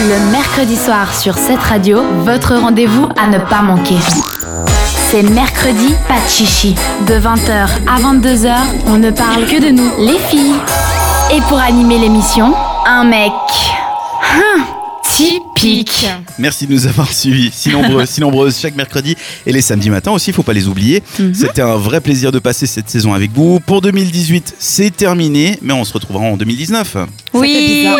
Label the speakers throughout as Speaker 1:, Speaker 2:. Speaker 1: Le mercredi soir sur cette radio, votre rendez-vous à ne pas manquer. C'est mercredi, pas de chichi. De 20h à 22h, on ne parle que de nous, les filles. Et pour animer l'émission, un mec. Hum, typique.
Speaker 2: Merci de nous avoir suivis, si nombreux, si nombreuses chaque mercredi et les samedis matins aussi, faut pas les oublier. C'était un vrai plaisir de passer cette saison avec vous. Pour 2018, c'est terminé, mais on se retrouvera en 2019.
Speaker 3: Oui,
Speaker 4: bizarre.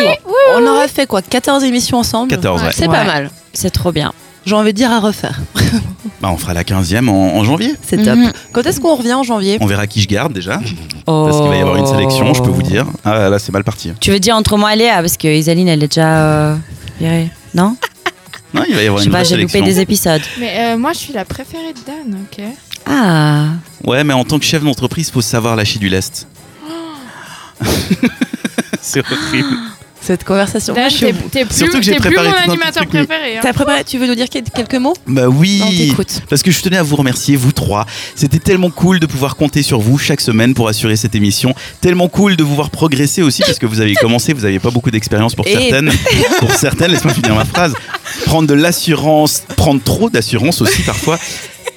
Speaker 3: on aura fait quoi 14 émissions ensemble
Speaker 2: 14, ouais.
Speaker 4: C'est pas
Speaker 3: Ouais.
Speaker 4: mal. C'est trop bien.
Speaker 3: J'ai envie de dire à refaire.
Speaker 2: Bah, on fera la 15e en, en janvier.
Speaker 3: C'est top.
Speaker 4: Mhm.
Speaker 3: Quand est-ce qu'on revient en janvier
Speaker 2: On verra qui je garde déjà,
Speaker 3: Oh.
Speaker 2: parce qu'il va y avoir une sélection, je peux vous dire. Ah là, c'est mal parti.
Speaker 4: Tu veux dire entre moi et Léa Parce que Isaline, elle est déjà. euh, virée. Non
Speaker 2: Non, il va y avoir
Speaker 4: Je sais
Speaker 2: une
Speaker 4: pas,
Speaker 2: grosse
Speaker 4: j'ai loupé
Speaker 2: sélection.
Speaker 4: des épisodes.
Speaker 5: Mais euh, moi, je suis la préférée de Dan, ok
Speaker 4: Ah
Speaker 2: Ouais, mais en tant que chef d'entreprise, faut savoir lâcher du lest. c'est horrible.
Speaker 3: Cette conversation.
Speaker 5: Dan,
Speaker 3: Je suis au
Speaker 5: t'es
Speaker 3: bout.
Speaker 5: t'es plus,
Speaker 2: Surtout que j'ai
Speaker 5: t'es plus
Speaker 2: préparé
Speaker 5: mon
Speaker 2: tout un petit
Speaker 5: animateur
Speaker 2: truc, mais-
Speaker 5: préféré. hein.
Speaker 3: T'as préparé Tu veux nous dire quel- quelques mots
Speaker 2: Bah
Speaker 3: Non,
Speaker 2: oui.
Speaker 3: t'écoute.
Speaker 2: parce que je tenais à vous remercier, vous trois. C'était tellement cool de pouvoir compter sur vous chaque semaine pour assurer cette émission. Tellement cool de vous voir progresser aussi, parce que vous avez commencé, vous n'aviez pas beaucoup d'expérience pour
Speaker 3: Et-
Speaker 2: certaines. pour certaines, laisse-moi finir ma phrase. Prendre de l'assurance, prendre trop d'assurance aussi parfois.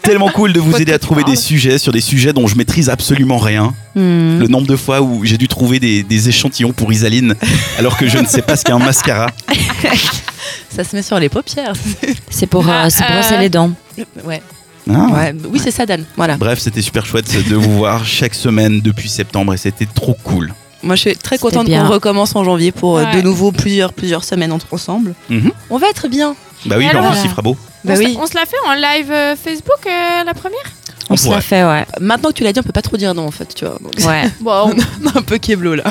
Speaker 2: Tellement cool de vous
Speaker 3: Faut
Speaker 2: aider à
Speaker 3: te
Speaker 2: trouver des
Speaker 3: parler.
Speaker 2: sujets sur des sujets dont je maîtrise absolument rien.
Speaker 4: Hmm.
Speaker 2: Le nombre de fois où j'ai dû trouver des, des échantillons pour Isaline, alors que je ne sais pas ce qu'est un mascara.
Speaker 3: Ça se met sur les paupières.
Speaker 4: C'est pour, euh,
Speaker 5: Ah,
Speaker 4: c'est pour
Speaker 5: euh,
Speaker 4: brosser les dents.
Speaker 3: ouais.
Speaker 2: Ah.
Speaker 3: ouais. Oui, c'est ça, Dan. Voilà.
Speaker 2: Bref, c'était super chouette de vous voir chaque semaine depuis septembre et c'était trop cool.
Speaker 3: Moi, je suis très
Speaker 4: C'était
Speaker 3: contente
Speaker 4: bien.
Speaker 3: qu'on recommence en janvier pour euh,
Speaker 5: Ouais.
Speaker 3: de nouveau plusieurs, plusieurs semaines entre- ensemble.
Speaker 2: Mhm.
Speaker 3: On va être bien.
Speaker 2: Bah oui,
Speaker 5: Et
Speaker 2: bah en
Speaker 5: alors
Speaker 2: plus il fera beau.
Speaker 5: On se- On se l'a fait en live euh, Facebook, euh, la première
Speaker 4: On,
Speaker 2: On
Speaker 4: se la
Speaker 2: pourrait.
Speaker 4: fait, ouais.
Speaker 3: Maintenant que tu l'as dit, on peut pas trop dire non en fait, tu vois. Donc,
Speaker 4: Ouais.
Speaker 5: Bon,
Speaker 3: on est un peu keblo là.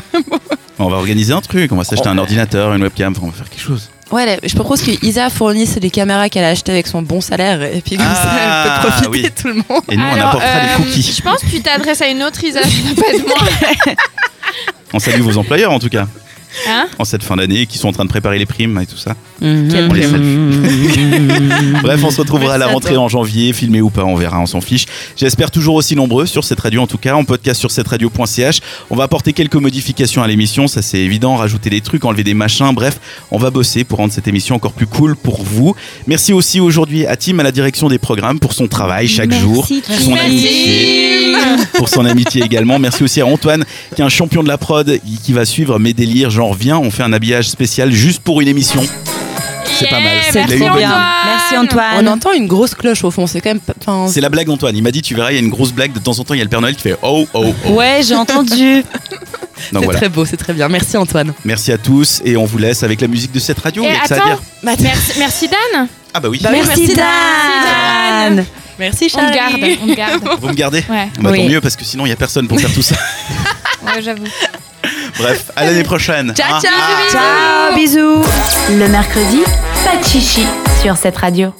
Speaker 2: On va organiser un truc, on va s'acheter
Speaker 5: Oh.
Speaker 2: un ordinateur, une webcam, enfin, on va faire quelque chose.
Speaker 3: Ouais, là, je propose que Isa fournisse les caméras qu'elle a achetées avec son bon salaire et puis comme
Speaker 2: Ah,
Speaker 3: ça, elle peut profiter
Speaker 2: oui.
Speaker 3: de tout le monde.
Speaker 2: Et nous on
Speaker 5: alors,
Speaker 2: apportera
Speaker 5: euh,
Speaker 2: des cookies.
Speaker 5: je pense que tu t'adresses à une autre Isa, ça va pas de moi.
Speaker 2: On salue vos employeurs en tout cas,
Speaker 5: Hein
Speaker 2: en cette fin d'année, qui sont en train de préparer les primes et tout ça.
Speaker 4: Mhm.
Speaker 2: On les
Speaker 4: Mhm.
Speaker 2: Bref, on se retrouvera à la
Speaker 3: Merci à
Speaker 2: rentrée en janvier, filmé ou pas, on verra, on s'en fiche. J'espère toujours aussi nombreux sur cette radio, en tout cas, en podcast sur cette radio.ch. On va apporter quelques modifications à l'émission, ça c'est évident, rajouter des trucs, enlever des machins, bref, on va bosser pour rendre cette émission encore plus cool pour vous. Merci aussi aujourd'hui à Tim à la direction des programmes pour son travail chaque
Speaker 4: Merci,
Speaker 2: jour.
Speaker 4: Tim.
Speaker 2: Pour son amitié. Pour son amitié également. Merci aussi à Antoine, qui est un champion de la prod, qui va suivre mes délires. Genre, viens, on fait un habillage spécial juste pour une émission. C'est pas mal.
Speaker 5: Yeah,
Speaker 2: Il a eu
Speaker 4: C'est
Speaker 2: une
Speaker 4: trop
Speaker 2: bonne
Speaker 4: bien.
Speaker 2: idée.
Speaker 4: Merci
Speaker 3: On
Speaker 4: Antoine.
Speaker 3: entend une grosse cloche au fond, c'est quand même. pas- enfin,
Speaker 2: C'est la blague d'Antoine. Il m'a dit, tu verras, il y a une grosse blague. De temps en temps, il y a le Père Noël qui fait oh, oh, oh.
Speaker 4: Ouais, Eh, j'ai entendu.
Speaker 2: Donc
Speaker 3: c'est
Speaker 2: voilà.
Speaker 3: très beau, c'est très bien. Merci Antoine.
Speaker 2: Merci à tous et on vous laisse avec la musique de cette radio.
Speaker 5: Et
Speaker 2: Il y a que ça à
Speaker 5: attends,
Speaker 2: dire.
Speaker 5: Merci, merci Dan.
Speaker 2: Ah bah oui,
Speaker 3: Bah oui.
Speaker 4: Merci
Speaker 3: Merci,
Speaker 4: Dan.
Speaker 3: Merci
Speaker 5: On te
Speaker 3: Charlie.
Speaker 5: garde, on te garde.
Speaker 2: vous me gardez
Speaker 5: Ouais,
Speaker 2: Bah
Speaker 4: Oui.
Speaker 2: tant mieux parce que sinon, il y a personne pour faire tout ça.
Speaker 5: ouais j'avoue.
Speaker 2: Bref, à l'année prochaine. Hein
Speaker 4: Ciao, bisous.
Speaker 1: Le mercredi, pas de chichi sur cette radio.